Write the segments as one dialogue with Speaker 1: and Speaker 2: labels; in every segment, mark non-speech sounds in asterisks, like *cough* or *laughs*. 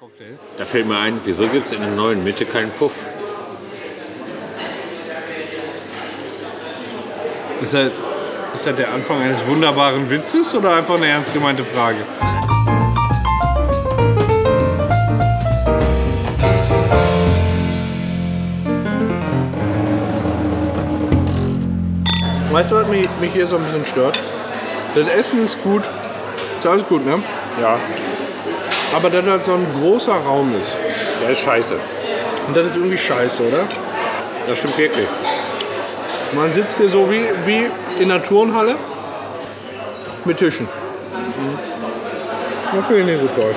Speaker 1: Cocktail.
Speaker 2: Da fällt mir ein, wieso gibt es in der neuen Mitte keinen Puff?
Speaker 1: Ist das, ist das der Anfang eines wunderbaren Witzes oder einfach eine ernst gemeinte Frage?
Speaker 3: Weißt du, was mich, mich hier so ein bisschen stört?
Speaker 1: Das Essen ist gut. Ist alles gut, ne?
Speaker 3: Ja,
Speaker 1: Aber dass das so ein großer Raum ist.
Speaker 3: der ist scheiße.
Speaker 1: Und das ist irgendwie scheiße, oder?
Speaker 3: Das stimmt wirklich.
Speaker 1: Man sitzt hier so wie, wie in der Turnhalle mit Tischen. Das finde ich nicht so toll.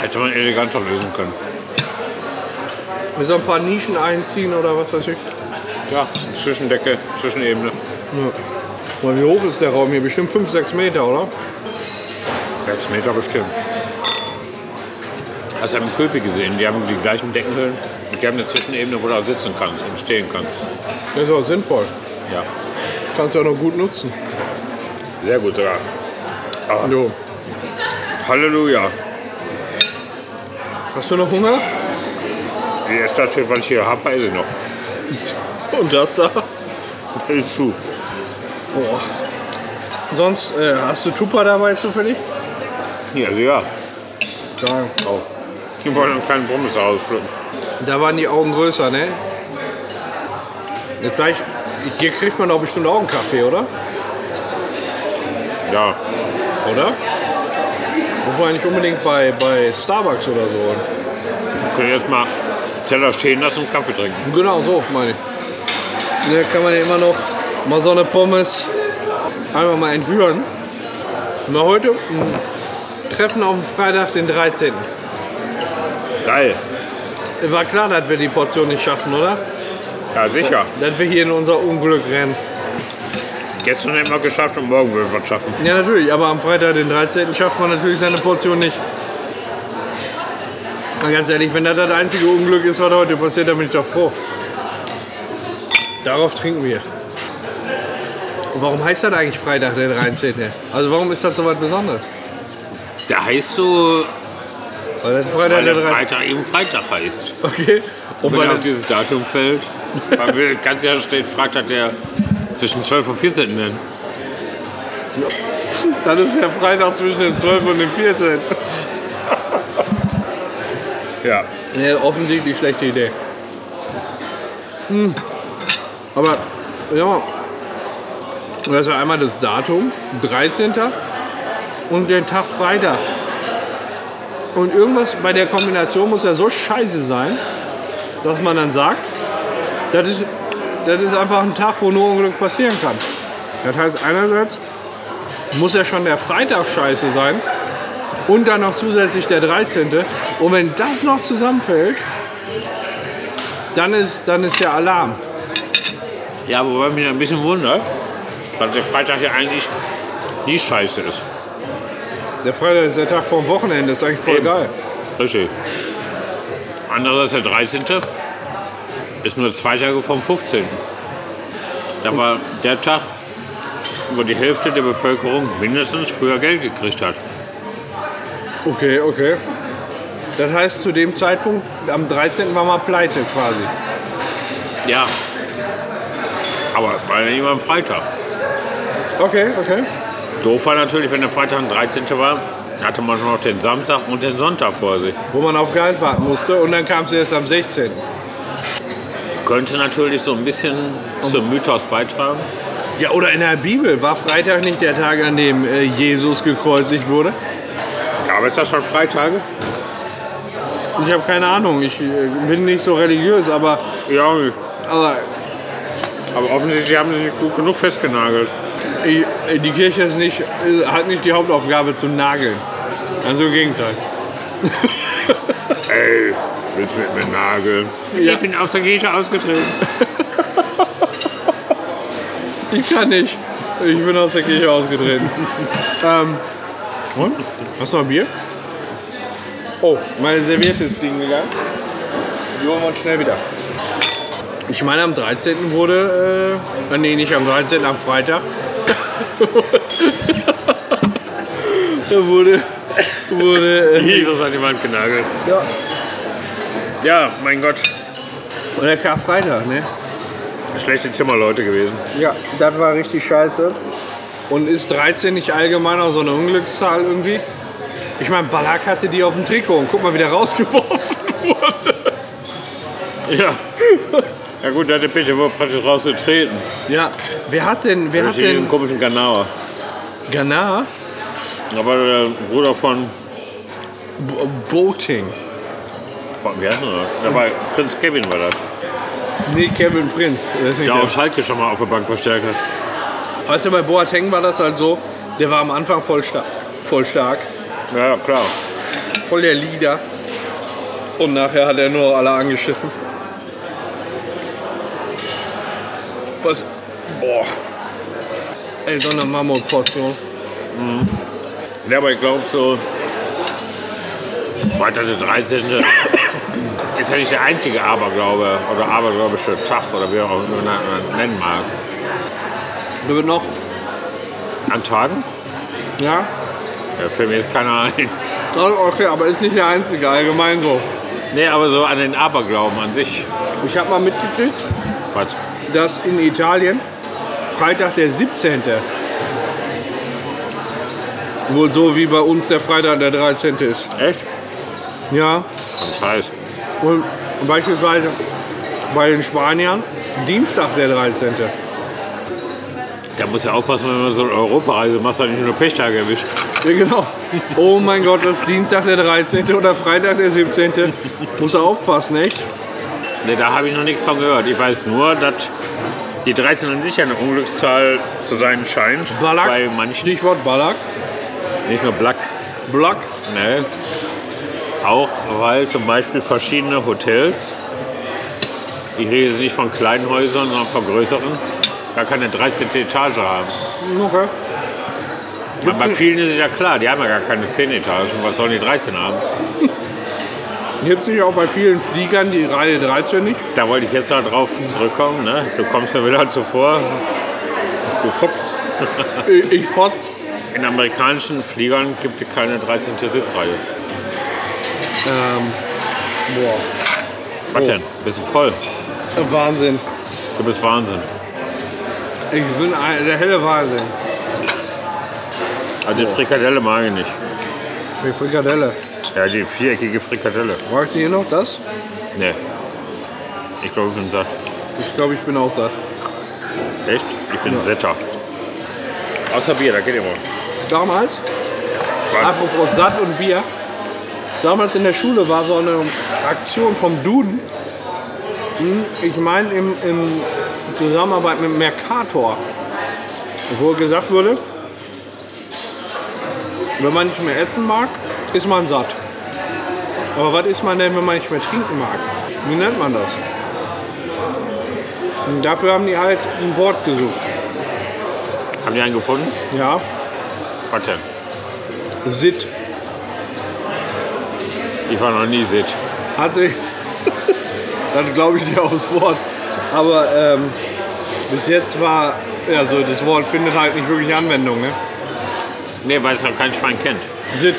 Speaker 2: Hätte man eleganter lösen können.
Speaker 1: Mit so ein paar Nischen einziehen oder was weiß ich.
Speaker 2: Ja, Zwischendecke, Zwischenebene.
Speaker 1: Boah, wie hoch ist der Raum hier? Bestimmt 5, 6 Meter, oder?
Speaker 2: Sechs Meter bestimmt. Hast du im Köpi gesehen? Die haben die gleichen Deckenhöhlen und die haben eine Zwischenebene, wo du auch sitzen kannst und stehen kannst.
Speaker 1: Das ist auch sinnvoll.
Speaker 2: Ja,
Speaker 1: Kannst du auch noch gut nutzen.
Speaker 2: sehr gut sogar.
Speaker 1: Jo.
Speaker 2: Halleluja.
Speaker 1: Hast du noch Hunger?
Speaker 2: Die erste Stadt, was ich hier habe, weiß ich noch.
Speaker 1: Und das da?
Speaker 2: Ist zu.
Speaker 1: Boah. Sonst, äh, hast du Tupa dabei zufällig?
Speaker 2: Ja, also ja.
Speaker 1: Ja.
Speaker 2: Auch. Ich wollte noch keinen Pommes ausflippen.
Speaker 1: Da waren die Augen größer, ne? Jetzt gleich, hier kriegt man doch bestimmt auch einen Kaffee, oder?
Speaker 2: Ja,
Speaker 1: Oder? Muss man nicht unbedingt bei, bei Starbucks oder so. holen.
Speaker 2: wir können jetzt mal Teller stehen lassen und Kaffee trinken.
Speaker 1: Genau, so meine ich. Da kann man ja immer noch mal so eine Pommes einmal mal entwürren. Na, heute ein Treffen auf dem Freitag, den 13.
Speaker 2: Geil.
Speaker 1: War klar, dass wir die Portion nicht schaffen, oder?
Speaker 2: Ja, sicher.
Speaker 1: Dass wir hier in unser Unglück rennen.
Speaker 2: Gestern hätten wir es geschafft und morgen würden wir es schaffen.
Speaker 1: Ja, natürlich, aber am Freitag, den 13. schafft man natürlich seine Portion nicht. Mal ganz ehrlich, wenn das das einzige Unglück ist, was heute passiert, dann bin ich doch froh. Darauf trinken wir. Und warum heißt das eigentlich Freitag, der 13.? Also warum ist das so was Besonderes?
Speaker 2: Da heißt so,
Speaker 1: Weil das Freitag,
Speaker 2: weil
Speaker 1: der
Speaker 2: der
Speaker 1: 13.
Speaker 2: Freitag eben Freitag heißt.
Speaker 1: Okay. Und
Speaker 2: Und wenn
Speaker 1: weil
Speaker 2: auf dieses Datum fällt, weil wir ganz ja steht, Freitag der zwischen 12 und 14 nennen.
Speaker 1: das ist der Freitag zwischen dem 12. und dem 14.
Speaker 2: Ja.
Speaker 1: Ja, offensichtlich schlechte Idee. Hm. Aber, ja. Das war einmal das Datum, 13. und der Tag Freitag. Und irgendwas bei der Kombination muss ja so scheiße sein, dass man dann sagt, das ist, das ist einfach ein Tag, wo nur Unglück passieren kann. Das heißt, einerseits muss ja schon der Freitag scheiße sein, und dann noch zusätzlich der 13. Und wenn das noch zusammenfällt, dann ist, dann ist der Alarm.
Speaker 2: Ja, wobei mich ein bisschen wundert, weil der Freitag ja eigentlich nie scheiße ist.
Speaker 1: Der Freitag ist der Tag vor dem Wochenende, ist eigentlich voll
Speaker 2: Eben.
Speaker 1: geil.
Speaker 2: Richtig. Andererseits der 13. ist nur zwei Tage vom 15. Da war der Tag, wo die Hälfte der Bevölkerung mindestens früher Geld gekriegt hat.
Speaker 1: Okay, okay. Das heißt, zu dem Zeitpunkt, am 13. war man pleite quasi.
Speaker 2: Ja. Aber war ja immer am Freitag.
Speaker 1: Okay, okay.
Speaker 2: Doof war natürlich, wenn der Freitag ein 13. war, hatte man schon noch den Samstag und den Sonntag vor sich.
Speaker 1: Wo man auf Gehalt warten musste und dann kam es erst am 16.
Speaker 2: Könnte natürlich so ein bisschen zum Mythos beitragen.
Speaker 1: Ja, oder in der Bibel war Freitag nicht der Tag, an dem äh, Jesus gekreuzigt wurde?
Speaker 2: Gab es da schon Freitage?
Speaker 1: Ich habe keine Ahnung, ich äh, bin nicht so religiös, aber,
Speaker 2: Ja, nicht.
Speaker 1: aber
Speaker 2: aber offensichtlich haben sie nicht gut genug festgenagelt.
Speaker 1: Ich- Die Kirche ist nicht, äh, hat nicht die Hauptaufgabe zu nageln. Also im Gegenteil. *laughs*
Speaker 2: Ey, willst du mit mir nageln?
Speaker 1: Ja.
Speaker 2: Ich bin aus der Kirche ausgetreten.
Speaker 1: Ich kann nicht. Ich bin aus der Kirche ausgetreten. *laughs* ähm, und? Hast du noch ein Bier? Oh, meine Serviette ist fliegen gegangen. Die holen wir uns schnell wieder. Ich meine, am 13. wurde. Äh, nee, nicht am 13., am Freitag. *laughs* da wurde wurde. äh,
Speaker 2: Jesus hat jemand genagelt.
Speaker 1: Ja.
Speaker 2: Ja, mein Gott,
Speaker 1: Und der Karfreitag, ne?
Speaker 2: schlechte Zimmerleute gewesen.
Speaker 1: Ja, das war richtig scheiße. Und ist 13 nicht allgemein auch so eine Unglückszahl irgendwie? Ich meine, Ballack hatte die auf dem Trikot und guck mal, wie der *laughs* rausgeworfen wurde.
Speaker 2: Ja. *laughs* Ja gut, da hat der Pitcher wohl praktisch rausgetreten.
Speaker 1: Ja, wer hat denn, wer
Speaker 2: Durch
Speaker 1: hat
Speaker 2: den
Speaker 1: denn
Speaker 2: komischen Ganauer.
Speaker 1: Ghana?
Speaker 2: Aber der Bruder von,
Speaker 1: B Boating.
Speaker 2: von wie heißt er? Da war Prinz Kevin war das.
Speaker 1: Nee, Kevin Prinz. Das ist nicht
Speaker 2: Der
Speaker 1: der.
Speaker 2: auch Schalke schon mal auf der Bank verstärkt hat.
Speaker 1: Weißt du, bei Boateng war das halt so, der war am Anfang voll stark, voll stark,
Speaker 2: Ja, klar.
Speaker 1: voll der Leader. Und nachher hat er nur alle angeschissen. Was? Boah. Ey, so eine Mammutportion.
Speaker 2: Ja, aber ich glaube so, 2013 ist ja nicht der einzige Aberglaube oder abergläubische Tag oder wie auch immer man nennen mag.
Speaker 1: Da wird noch.
Speaker 2: An Tagen?
Speaker 1: Ja?
Speaker 2: Ja, für mich ist keiner ein.
Speaker 1: Oh, Okay, aber ist nicht der einzige, allgemein so.
Speaker 2: Nee, aber so an den Aberglauben an sich.
Speaker 1: Ich habe mal mitgekriegt,
Speaker 2: Was?
Speaker 1: dass in Italien Freitag der 17. wohl so wie bei uns der Freitag der 13. ist.
Speaker 2: Echt?
Speaker 1: Ja,
Speaker 2: Ein Scheiß.
Speaker 1: und beispielsweise bei den Spaniern Dienstag der 13.
Speaker 2: Da muss ja aufpassen, wenn man so eine Europareise macht, dass nicht nur Pechtage erwischt.
Speaker 1: Ja, genau. Oh mein Gott, das ist Dienstag der 13. oder Freitag der 17. Muss er aufpassen, echt?
Speaker 2: Nee, da habe ich noch nichts von gehört. Ich weiß nur, dass die 13 an sich ja eine Unglückszahl zu sein scheint.
Speaker 1: Ballack.
Speaker 2: Bei manchen.
Speaker 1: Stichwort Ballack.
Speaker 2: Nicht nur Black.
Speaker 1: Black.
Speaker 2: Ne? Auch weil zum Beispiel verschiedene Hotels, ich rede jetzt nicht von kleinen Häusern, sondern von größeren, gar keine 13. Etage haben.
Speaker 1: Okay.
Speaker 2: Weil bei vielen ist es ja klar, die haben ja gar keine 10 Etagen. Was sollen die 13 haben?
Speaker 1: Gibt sich auch bei vielen Fliegern die Reihe 13 nicht?
Speaker 2: Da wollte ich jetzt noch drauf zurückkommen. Ne? Du kommst mir wieder zuvor. Du Fuchs. *laughs*
Speaker 1: Ich, ich fotz.
Speaker 2: In amerikanischen Fliegern gibt es keine 13. Sitzreihe.
Speaker 1: Ähm, boah,
Speaker 2: Was denn? Oh. Bist du voll?
Speaker 1: Wahnsinn.
Speaker 2: Du bist Wahnsinn.
Speaker 1: Ich bin ein, der helle Wahnsinn.
Speaker 2: Also die Frikadelle mag ich nicht.
Speaker 1: Die Frikadelle.
Speaker 2: Ja, die viereckige Frikadelle.
Speaker 1: Magst du hier noch das?
Speaker 2: Nee. Ich glaube, ich bin satt.
Speaker 1: Ich glaube, ich bin auch satt.
Speaker 2: Echt? Ich bin Setter. Außer Bier, da geht immer.
Speaker 1: Damals, apropos satt und Bier, damals in der Schule war so eine Aktion vom Duden. Hm, Ich meine, im, im Zusammenarbeit mit Mercator, wo gesagt wurde, wenn man nicht mehr essen mag, ist man satt. Aber was ist man denn, wenn man nicht mehr trinken mag? Wie nennt man das? Und dafür haben die halt ein Wort gesucht.
Speaker 2: Haben die einen gefunden?
Speaker 1: Ja,
Speaker 2: Was denn?
Speaker 1: Sitt.
Speaker 2: Ich war noch nie Sitt.
Speaker 1: Hat sich. Also, *laughs* Dann glaube ich dir aufs Wort. Aber ähm, bis jetzt war. Also das Wort findet halt nicht wirklich Anwendung, ne?
Speaker 2: Nee, weil es noch kein Schwein kennt.
Speaker 1: Sit.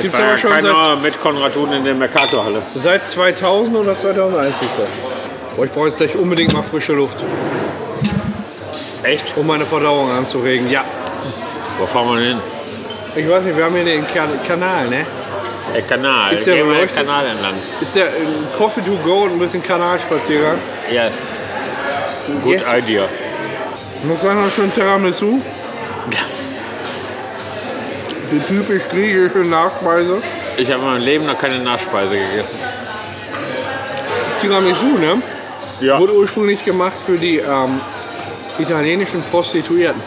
Speaker 1: Gibt's
Speaker 2: War ja
Speaker 1: aber schon seit,
Speaker 2: keiner mit Konrad Huhn in der Mercatorhalle.
Speaker 1: seit 2000 oder 2001 nicht mehr. Boah, ich brauche jetzt gleich unbedingt mal frische Luft,
Speaker 2: Echt?
Speaker 1: um meine Verdauung anzuregen. Ja.
Speaker 2: Wo fahren wir denn hin?
Speaker 1: Ich weiß nicht, wir haben hier den kan Kanal, ne?
Speaker 2: Der Äh, Kanal.
Speaker 1: Ist der
Speaker 2: Gehen wir den
Speaker 1: beleuchtet?
Speaker 2: Kanal entlang.
Speaker 1: Ist der ähm, Coffee to go und ein bisschen Kanalspaziergang?
Speaker 2: Yes. Good
Speaker 1: Yes.
Speaker 2: idea.
Speaker 1: Man kann auch schon Tiramisu. Die typisch griechische Nachspeise.
Speaker 2: Ich habe in meinem Leben noch keine Nachspeise gegessen.
Speaker 1: Tiramisu, ne?
Speaker 2: Ja.
Speaker 1: Wurde ursprünglich gemacht für die ähm, italienischen Prostituierten.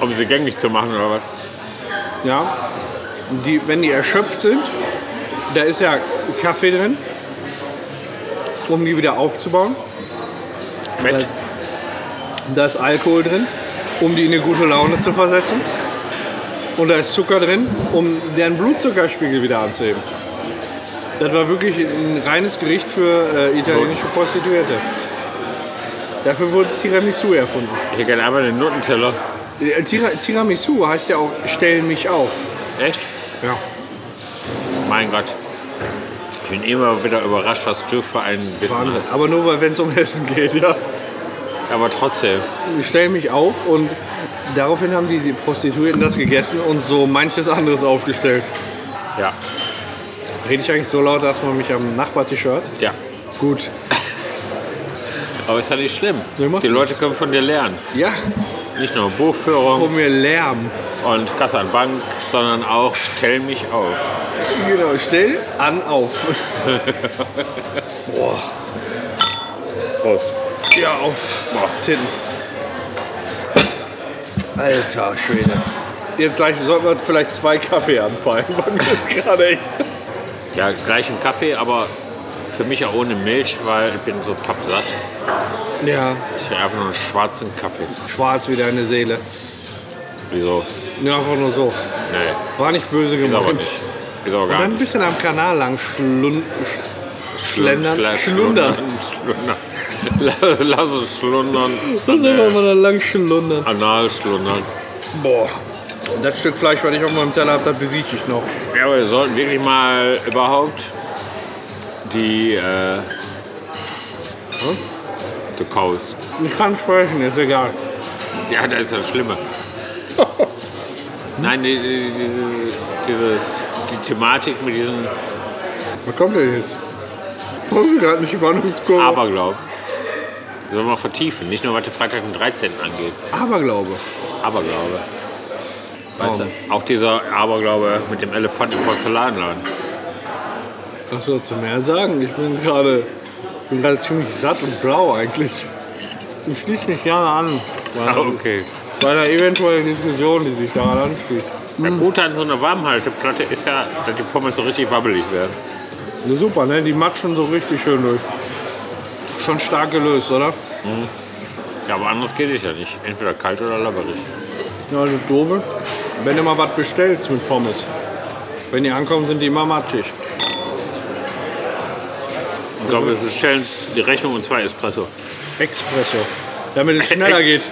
Speaker 2: Um sie gängig zu machen oder was?
Speaker 1: Ja? Die, wenn die erschöpft sind, da ist ja Kaffee drin, um die wieder aufzubauen.
Speaker 2: Fett.
Speaker 1: Da ist Alkohol drin, um die in eine gute Laune zu versetzen. Und da ist Zucker drin, um deren Blutzuckerspiegel wieder anzuheben. Das war wirklich ein reines Gericht für äh, italienische Prostituierte. Dafür wurde Tiramisu erfunden.
Speaker 2: Ich hätte gerne einmal den Nuttenteller.
Speaker 1: Äh, Tira, Tiramisu heißt ja auch stellen mich auf.
Speaker 2: Echt?
Speaker 1: Ja.
Speaker 2: Mein Gott. Ich bin immer wieder überrascht, was du für einen Bissen
Speaker 1: Wahnsinn.
Speaker 2: hast.
Speaker 1: Aber nur, wenn es um Essen geht, ja.
Speaker 2: Aber trotzdem,
Speaker 1: Ich stelle mich auf und daraufhin haben die, die Prostituierten das gegessen und so manches anderes aufgestellt.
Speaker 2: ja,
Speaker 1: Rede ich eigentlich so laut, dass man mich am Nachbartisch hört?
Speaker 2: ja.
Speaker 1: Gut.
Speaker 2: Aber ist ja nicht schlimm.
Speaker 1: Nee, macht
Speaker 2: Die Leute können von dir lernen.
Speaker 1: Ja,
Speaker 2: Nicht nur Buchführung
Speaker 1: vor mir Lärm.
Speaker 2: und Kasse an Bank, sondern auch Stell mich auf.
Speaker 1: Genau, stell an *laughs* auf.
Speaker 2: Prost.
Speaker 1: Ja, auf Boah, Titten. Alter Schwede. Jetzt gleich sollten wir vielleicht zwei Kaffee anpeilen. Man jetzt gerade echt.
Speaker 2: Ja, gleich einen Kaffee, aber für mich auch ohne Milch, weil ich bin so pappsatt.
Speaker 1: Ja,
Speaker 2: Ich will einfach nur einen schwarzen Kaffee.
Speaker 1: schwarz wie deine Seele.
Speaker 2: Wieso?
Speaker 1: Ja, einfach nur so.
Speaker 2: Nee,
Speaker 1: War nicht böse
Speaker 2: ist aber
Speaker 1: gemeint.
Speaker 2: nicht. Ist aber
Speaker 1: Und
Speaker 2: gar
Speaker 1: dann ein
Speaker 2: nicht.
Speaker 1: bisschen am Kanal lang schlun schlendern.
Speaker 2: Schla-
Speaker 1: Schlundern.
Speaker 2: Schlundern. Schlundern. *laughs* Lass uns schlundern.
Speaker 1: Lass einfach mal da lang schlundern.
Speaker 2: Anal schlundern.
Speaker 1: Boah. Das Stück Fleisch, was ich auf meinem Teller habe, das besiege ich noch.
Speaker 2: Ja, aber wir sollten wirklich mal überhaupt die. Äh, hm? du kaust.
Speaker 1: Ich kann sprechen, ist egal.
Speaker 2: Ja, das ist ja das *laughs* Schlimme. Nein, die, die, die, dieses, die Thematik mit diesem
Speaker 1: Was kommt denn jetzt? Ich bin gerade nicht Spannungskurve.
Speaker 2: Aberglauben sollen wir mal vertiefen. Nicht nur, was der Freitag den 13. angeht.
Speaker 1: Aberglaube.
Speaker 2: Aberglaube. Weißt du, auch dieser Aberglaube mit dem Elefant im Porzellanladen.
Speaker 1: Was sollst du mehr sagen? Ich bin gerade ich bin gerade ziemlich satt und blau eigentlich. Ich schließe mich gerne an. Bei,
Speaker 2: Ah, okay.
Speaker 1: bei einer eventuellen Diskussion, die sich daran anschließt.
Speaker 2: Der Gute an so einer Warmhalteplatte ist ja, dass die Pommes so richtig wabbelig werden.
Speaker 1: Ja, super, ne? Die matschen so richtig schön durch. Schon stark gelöst, oder?
Speaker 2: Ja, aber anders geht es ja nicht. Entweder kalt oder labberig.
Speaker 1: Ja, das Doofe. Wenn du mal was bestellst mit Pommes. Wenn die ankommen, sind die immer matschig.
Speaker 2: Ich glaube, wir bestellen die Rechnung und zwei Espresso.
Speaker 1: Espresso. Damit es schneller geht.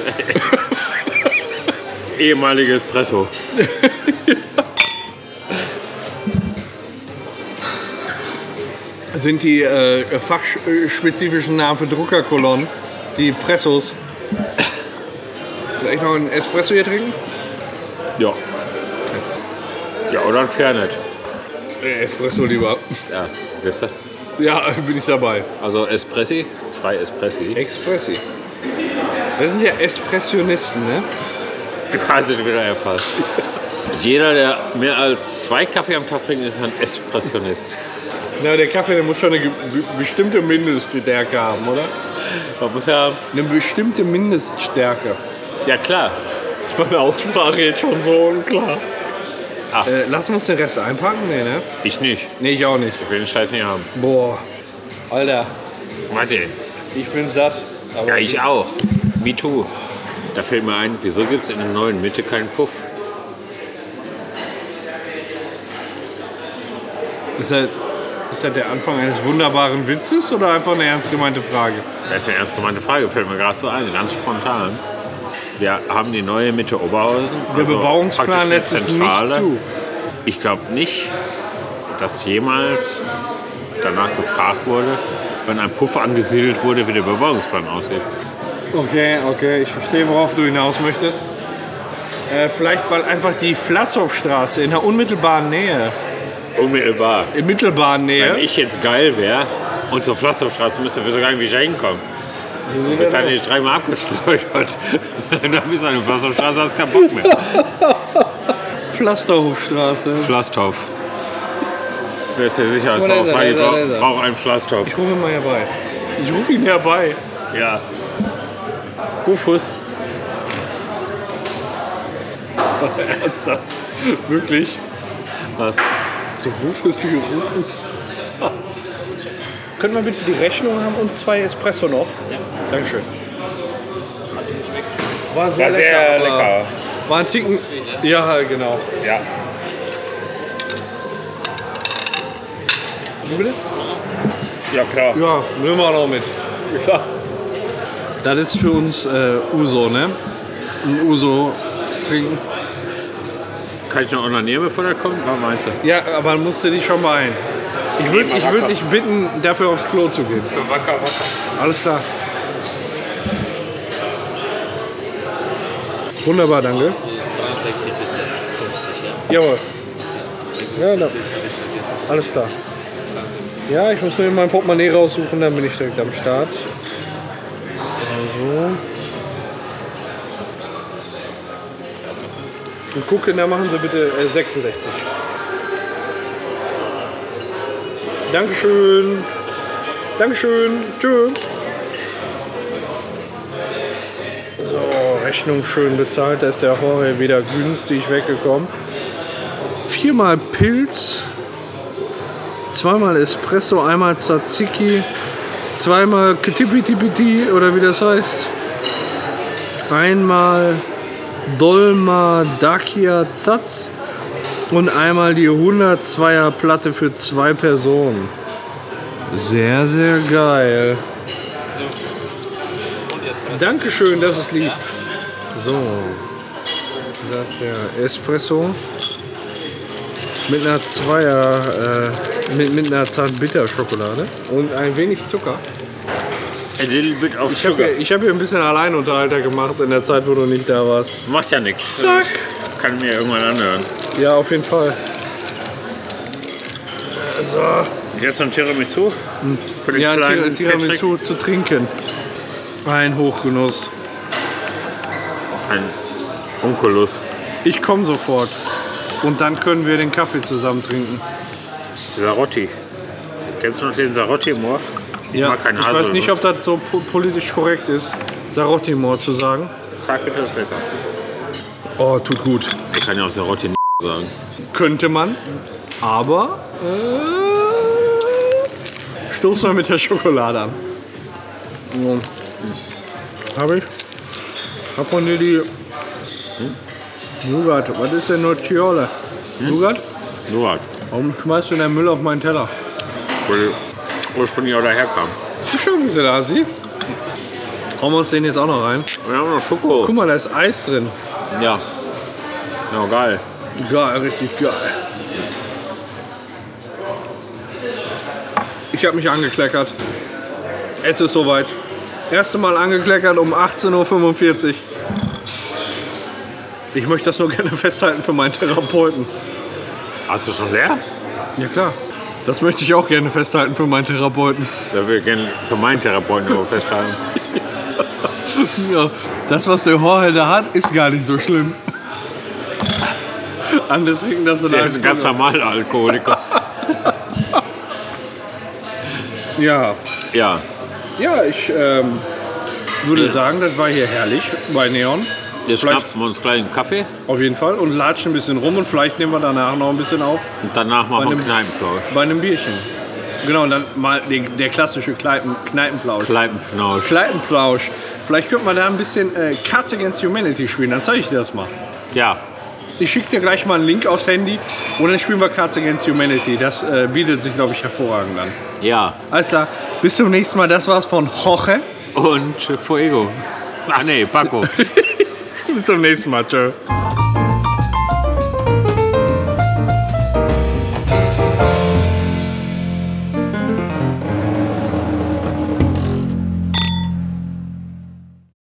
Speaker 2: Ehemalige Espresso.
Speaker 1: Sind die äh, fachspezifischen Namen für Druckerkolonnen, die Pressos. Soll ich noch einen Espresso hier trinken?
Speaker 2: Ja. Ja, oder ein Fernet.
Speaker 1: Äh, Espresso lieber.
Speaker 2: Ja, wisst ihr?
Speaker 1: Ja, bin ich dabei.
Speaker 2: Also Espressi, zwei Espressi.
Speaker 1: Expressi. Wir sind ja Espressionisten, ne?
Speaker 2: Du hast ihn wieder erfasst. Jeder, der mehr als zwei Kaffee am Tag trinkt, ist ein Espressionist.
Speaker 1: Na, der Kaffee, der muss schon eine ge- be- bestimmte Mindeststärke haben, oder?
Speaker 2: Man muss ja...
Speaker 1: Eine bestimmte Mindeststärke.
Speaker 2: Ja, klar.
Speaker 1: Ist meine Aussprache jetzt schon so unklar.
Speaker 2: Ach.
Speaker 1: Äh, lassen wir uns den Rest einpacken? Nee, ne?
Speaker 2: Ich nicht.
Speaker 1: Nee, ich auch nicht.
Speaker 2: Ich will den Scheiß nicht haben.
Speaker 1: Boah. Alter,
Speaker 2: Martin.
Speaker 1: ich bin satt. Aber
Speaker 2: Ja, ich auch. Me too. Da fällt mir ein, wieso gibt es in der neuen Mitte keinen Puff?
Speaker 1: Ist das, ist das der Anfang eines wunderbaren Witzes oder einfach eine ernst gemeinte Frage?
Speaker 2: Das ist eine ernst gemeinte Frage, fällt mir gerade so ein, ganz spontan. Wir haben die neue Mitte Oberhausen.
Speaker 1: Der
Speaker 2: also praktisch
Speaker 1: Bebauungsplan
Speaker 2: eine
Speaker 1: lässt es nicht
Speaker 2: Zentrale.
Speaker 1: zu.
Speaker 2: Ich glaube nicht, dass jemals danach gefragt wurde, wenn ein Puff angesiedelt wurde, wie der Bebauungsplan aussieht.
Speaker 1: Okay, okay, ich verstehe, worauf du hinaus möchtest. Äh, vielleicht, weil einfach die Flasshoffstraße in der unmittelbaren Nähe,
Speaker 2: Unmittelbar.
Speaker 1: in mittelbaren
Speaker 2: Wenn
Speaker 1: Nähe,
Speaker 2: ich jetzt geil wäre und zur Pflasterstraße müsste, wüsste gar nicht, wie ich da hinkomme. Du bist halt nicht dreimal abgeschleudert. *laughs* Dann bist du an der Pflasterstraße, hast keinen Bock mehr.
Speaker 1: *laughs* Pflasterhofstraße.
Speaker 2: Pflasthoff. Wer ist dir sicher, als
Speaker 1: Oh, da ist er,
Speaker 2: Bauchfrei
Speaker 1: da ist er, da ist er.
Speaker 2: braucht einen Pflasthoff.
Speaker 1: Ich rufe ihn mal herbei. Ich rufe ihn herbei.
Speaker 2: Ja. Rufus.
Speaker 1: Ernsthaft? Wirklich?
Speaker 2: Was?
Speaker 1: So Ruf ist sie gerufen. Können wir bitte die Rechnung haben und zwei Espresso noch? Ja. Dankeschön. War sehr, lecker, aber War ein Ticken. Ja, genau.
Speaker 2: Ja.
Speaker 1: Wie bitte?
Speaker 2: Ja, klar.
Speaker 1: Ja, nehmen wir noch mit. Klar. Das ist für uns äh, Uso, ne? Ein Uso zu trinken.
Speaker 2: Kann ich noch unternehmen, bevor das kommt? Was meinst du?
Speaker 1: Ja, aber dann musst du dich schon beeilen. Ich würde ich würd dich bitten, dafür aufs Klo zu gehen.
Speaker 2: Wacker, wacker.
Speaker 1: Alles klar. Wunderbar, danke.
Speaker 4: 60 bitte. 50, ja.
Speaker 1: Jawohl. Ja, na. Alles klar. Ja, ich muss mir mein Portemonnaie raussuchen, dann bin ich direkt am Start. Also. Und gucken, da machen Sie bitte äh, 66. Dankeschön. Dankeschön. Tschö. So, Rechnung schön bezahlt. Da ist der Horror wieder günstig weggekommen. Viermal Pilz, zweimal Espresso, einmal Tzatziki, zweimal Ktipitipiti oder wie das heißt. Einmal Dolma Dakia Zatz und einmal die 102er Platte für zwei Personen. Sehr, sehr geil.
Speaker 4: Und Espresso.
Speaker 1: Dankeschön, das ist lieb. So, das ist der Espresso mit einer Zweier, äh, mit, mit einer Zartbitterschokolade und ein wenig Zucker.
Speaker 2: A little bit of
Speaker 1: Ich habe
Speaker 2: sugar.
Speaker 1: hier, ich hab hier ein bisschen Alleinunterhalter gemacht in der Zeit, wo du nicht da warst.
Speaker 2: Macht ja nichts.
Speaker 1: Zack.
Speaker 2: Kann mir irgendwann anhören.
Speaker 1: Ja, auf jeden Fall. So.
Speaker 2: Jetzt noch ein Tiramisu. Für den
Speaker 1: Hm. Ja,
Speaker 2: kleinen
Speaker 1: Tir- Tiramisu um zu trinken. Ein Hochgenuss.
Speaker 2: Patrick. Ein Onkelus.
Speaker 1: Ich komme sofort. Und dann können wir den Kaffee zusammen trinken.
Speaker 2: Sarotti. Kennst du noch den Sarotti-Moor?
Speaker 1: Ja,
Speaker 2: mag keinen
Speaker 1: ich weiß
Speaker 2: Haselnuss.
Speaker 1: nicht, ob das so po- politisch korrekt ist, Sarottimor zu sagen.
Speaker 2: Sag bitte, das ist lecker.
Speaker 1: Oh, tut gut.
Speaker 2: Ich kann ja auch Sarotti nicht sagen.
Speaker 1: Könnte man, aber äh, stoß mal mit der Schokolade an. So. Hab ich. Hab von dir die Nougat. Was ist denn nur Chiole? Nougat?
Speaker 2: Nur halt,
Speaker 1: Hm? Warum schmeißt du den Müll auf meinen Teller?
Speaker 2: weil ursprünglich auch daherkam.
Speaker 1: Schön, wie sie da sieht. Hauen wir uns den jetzt auch noch rein.
Speaker 2: Wir haben noch Schoko.
Speaker 1: Guck mal, da ist Eis drin.
Speaker 2: Ja. Ja, geil.
Speaker 1: Geil, richtig geil. Ich habe mich angekleckert. Es ist soweit. Erste Mal angekleckert um 18.45 Uhr. Ich möchte das nur *laughs* gerne festhalten für meinen Therapeuten.
Speaker 2: Hast du schon leer?
Speaker 1: Ja klar. Das möchte ich auch gerne festhalten für meinen Therapeuten.
Speaker 2: Da will ich gerne für meinen Therapeuten nur festhalten.
Speaker 1: Ja, das, was der Horror da hat, ist gar nicht so schlimm. *laughs* An deswegen, dass du da
Speaker 2: Der ist ein ganz normaler Alkoholiker.
Speaker 1: Ja,
Speaker 2: Ja.
Speaker 1: Ja, ich ähm, würde sagen, das war hier herrlich bei Neon.
Speaker 2: Jetzt
Speaker 1: Vielleicht-
Speaker 2: schnappen wir uns gleich einen Kaffee
Speaker 1: Auf jeden Fall. Und latschen ein bisschen rum und vielleicht nehmen wir danach noch ein bisschen auf
Speaker 2: und danach machen wir einen
Speaker 1: einem-
Speaker 2: Kneipenplausch.
Speaker 1: bei einem Bierchen. Genau, und dann mal den, der klassische Kneipen, Kneipenplausch.
Speaker 2: Kneipenplausch.
Speaker 1: Kneipenplausch. Vielleicht könnte man da ein bisschen äh, Cards Against Humanity spielen. Dann zeige ich dir das mal.
Speaker 2: Ja.
Speaker 1: Ich schicke dir gleich mal einen Link aufs Handy und dann spielen wir Cards Against Humanity. Das äh, bietet sich, glaube ich, hervorragend an.
Speaker 2: Ja.
Speaker 1: Alles klar. Bis zum nächsten Mal. Das war's von Hoche.
Speaker 2: Und Fuego. Ah nee, Paco.
Speaker 1: Bis zum nächsten Mal. Tschö.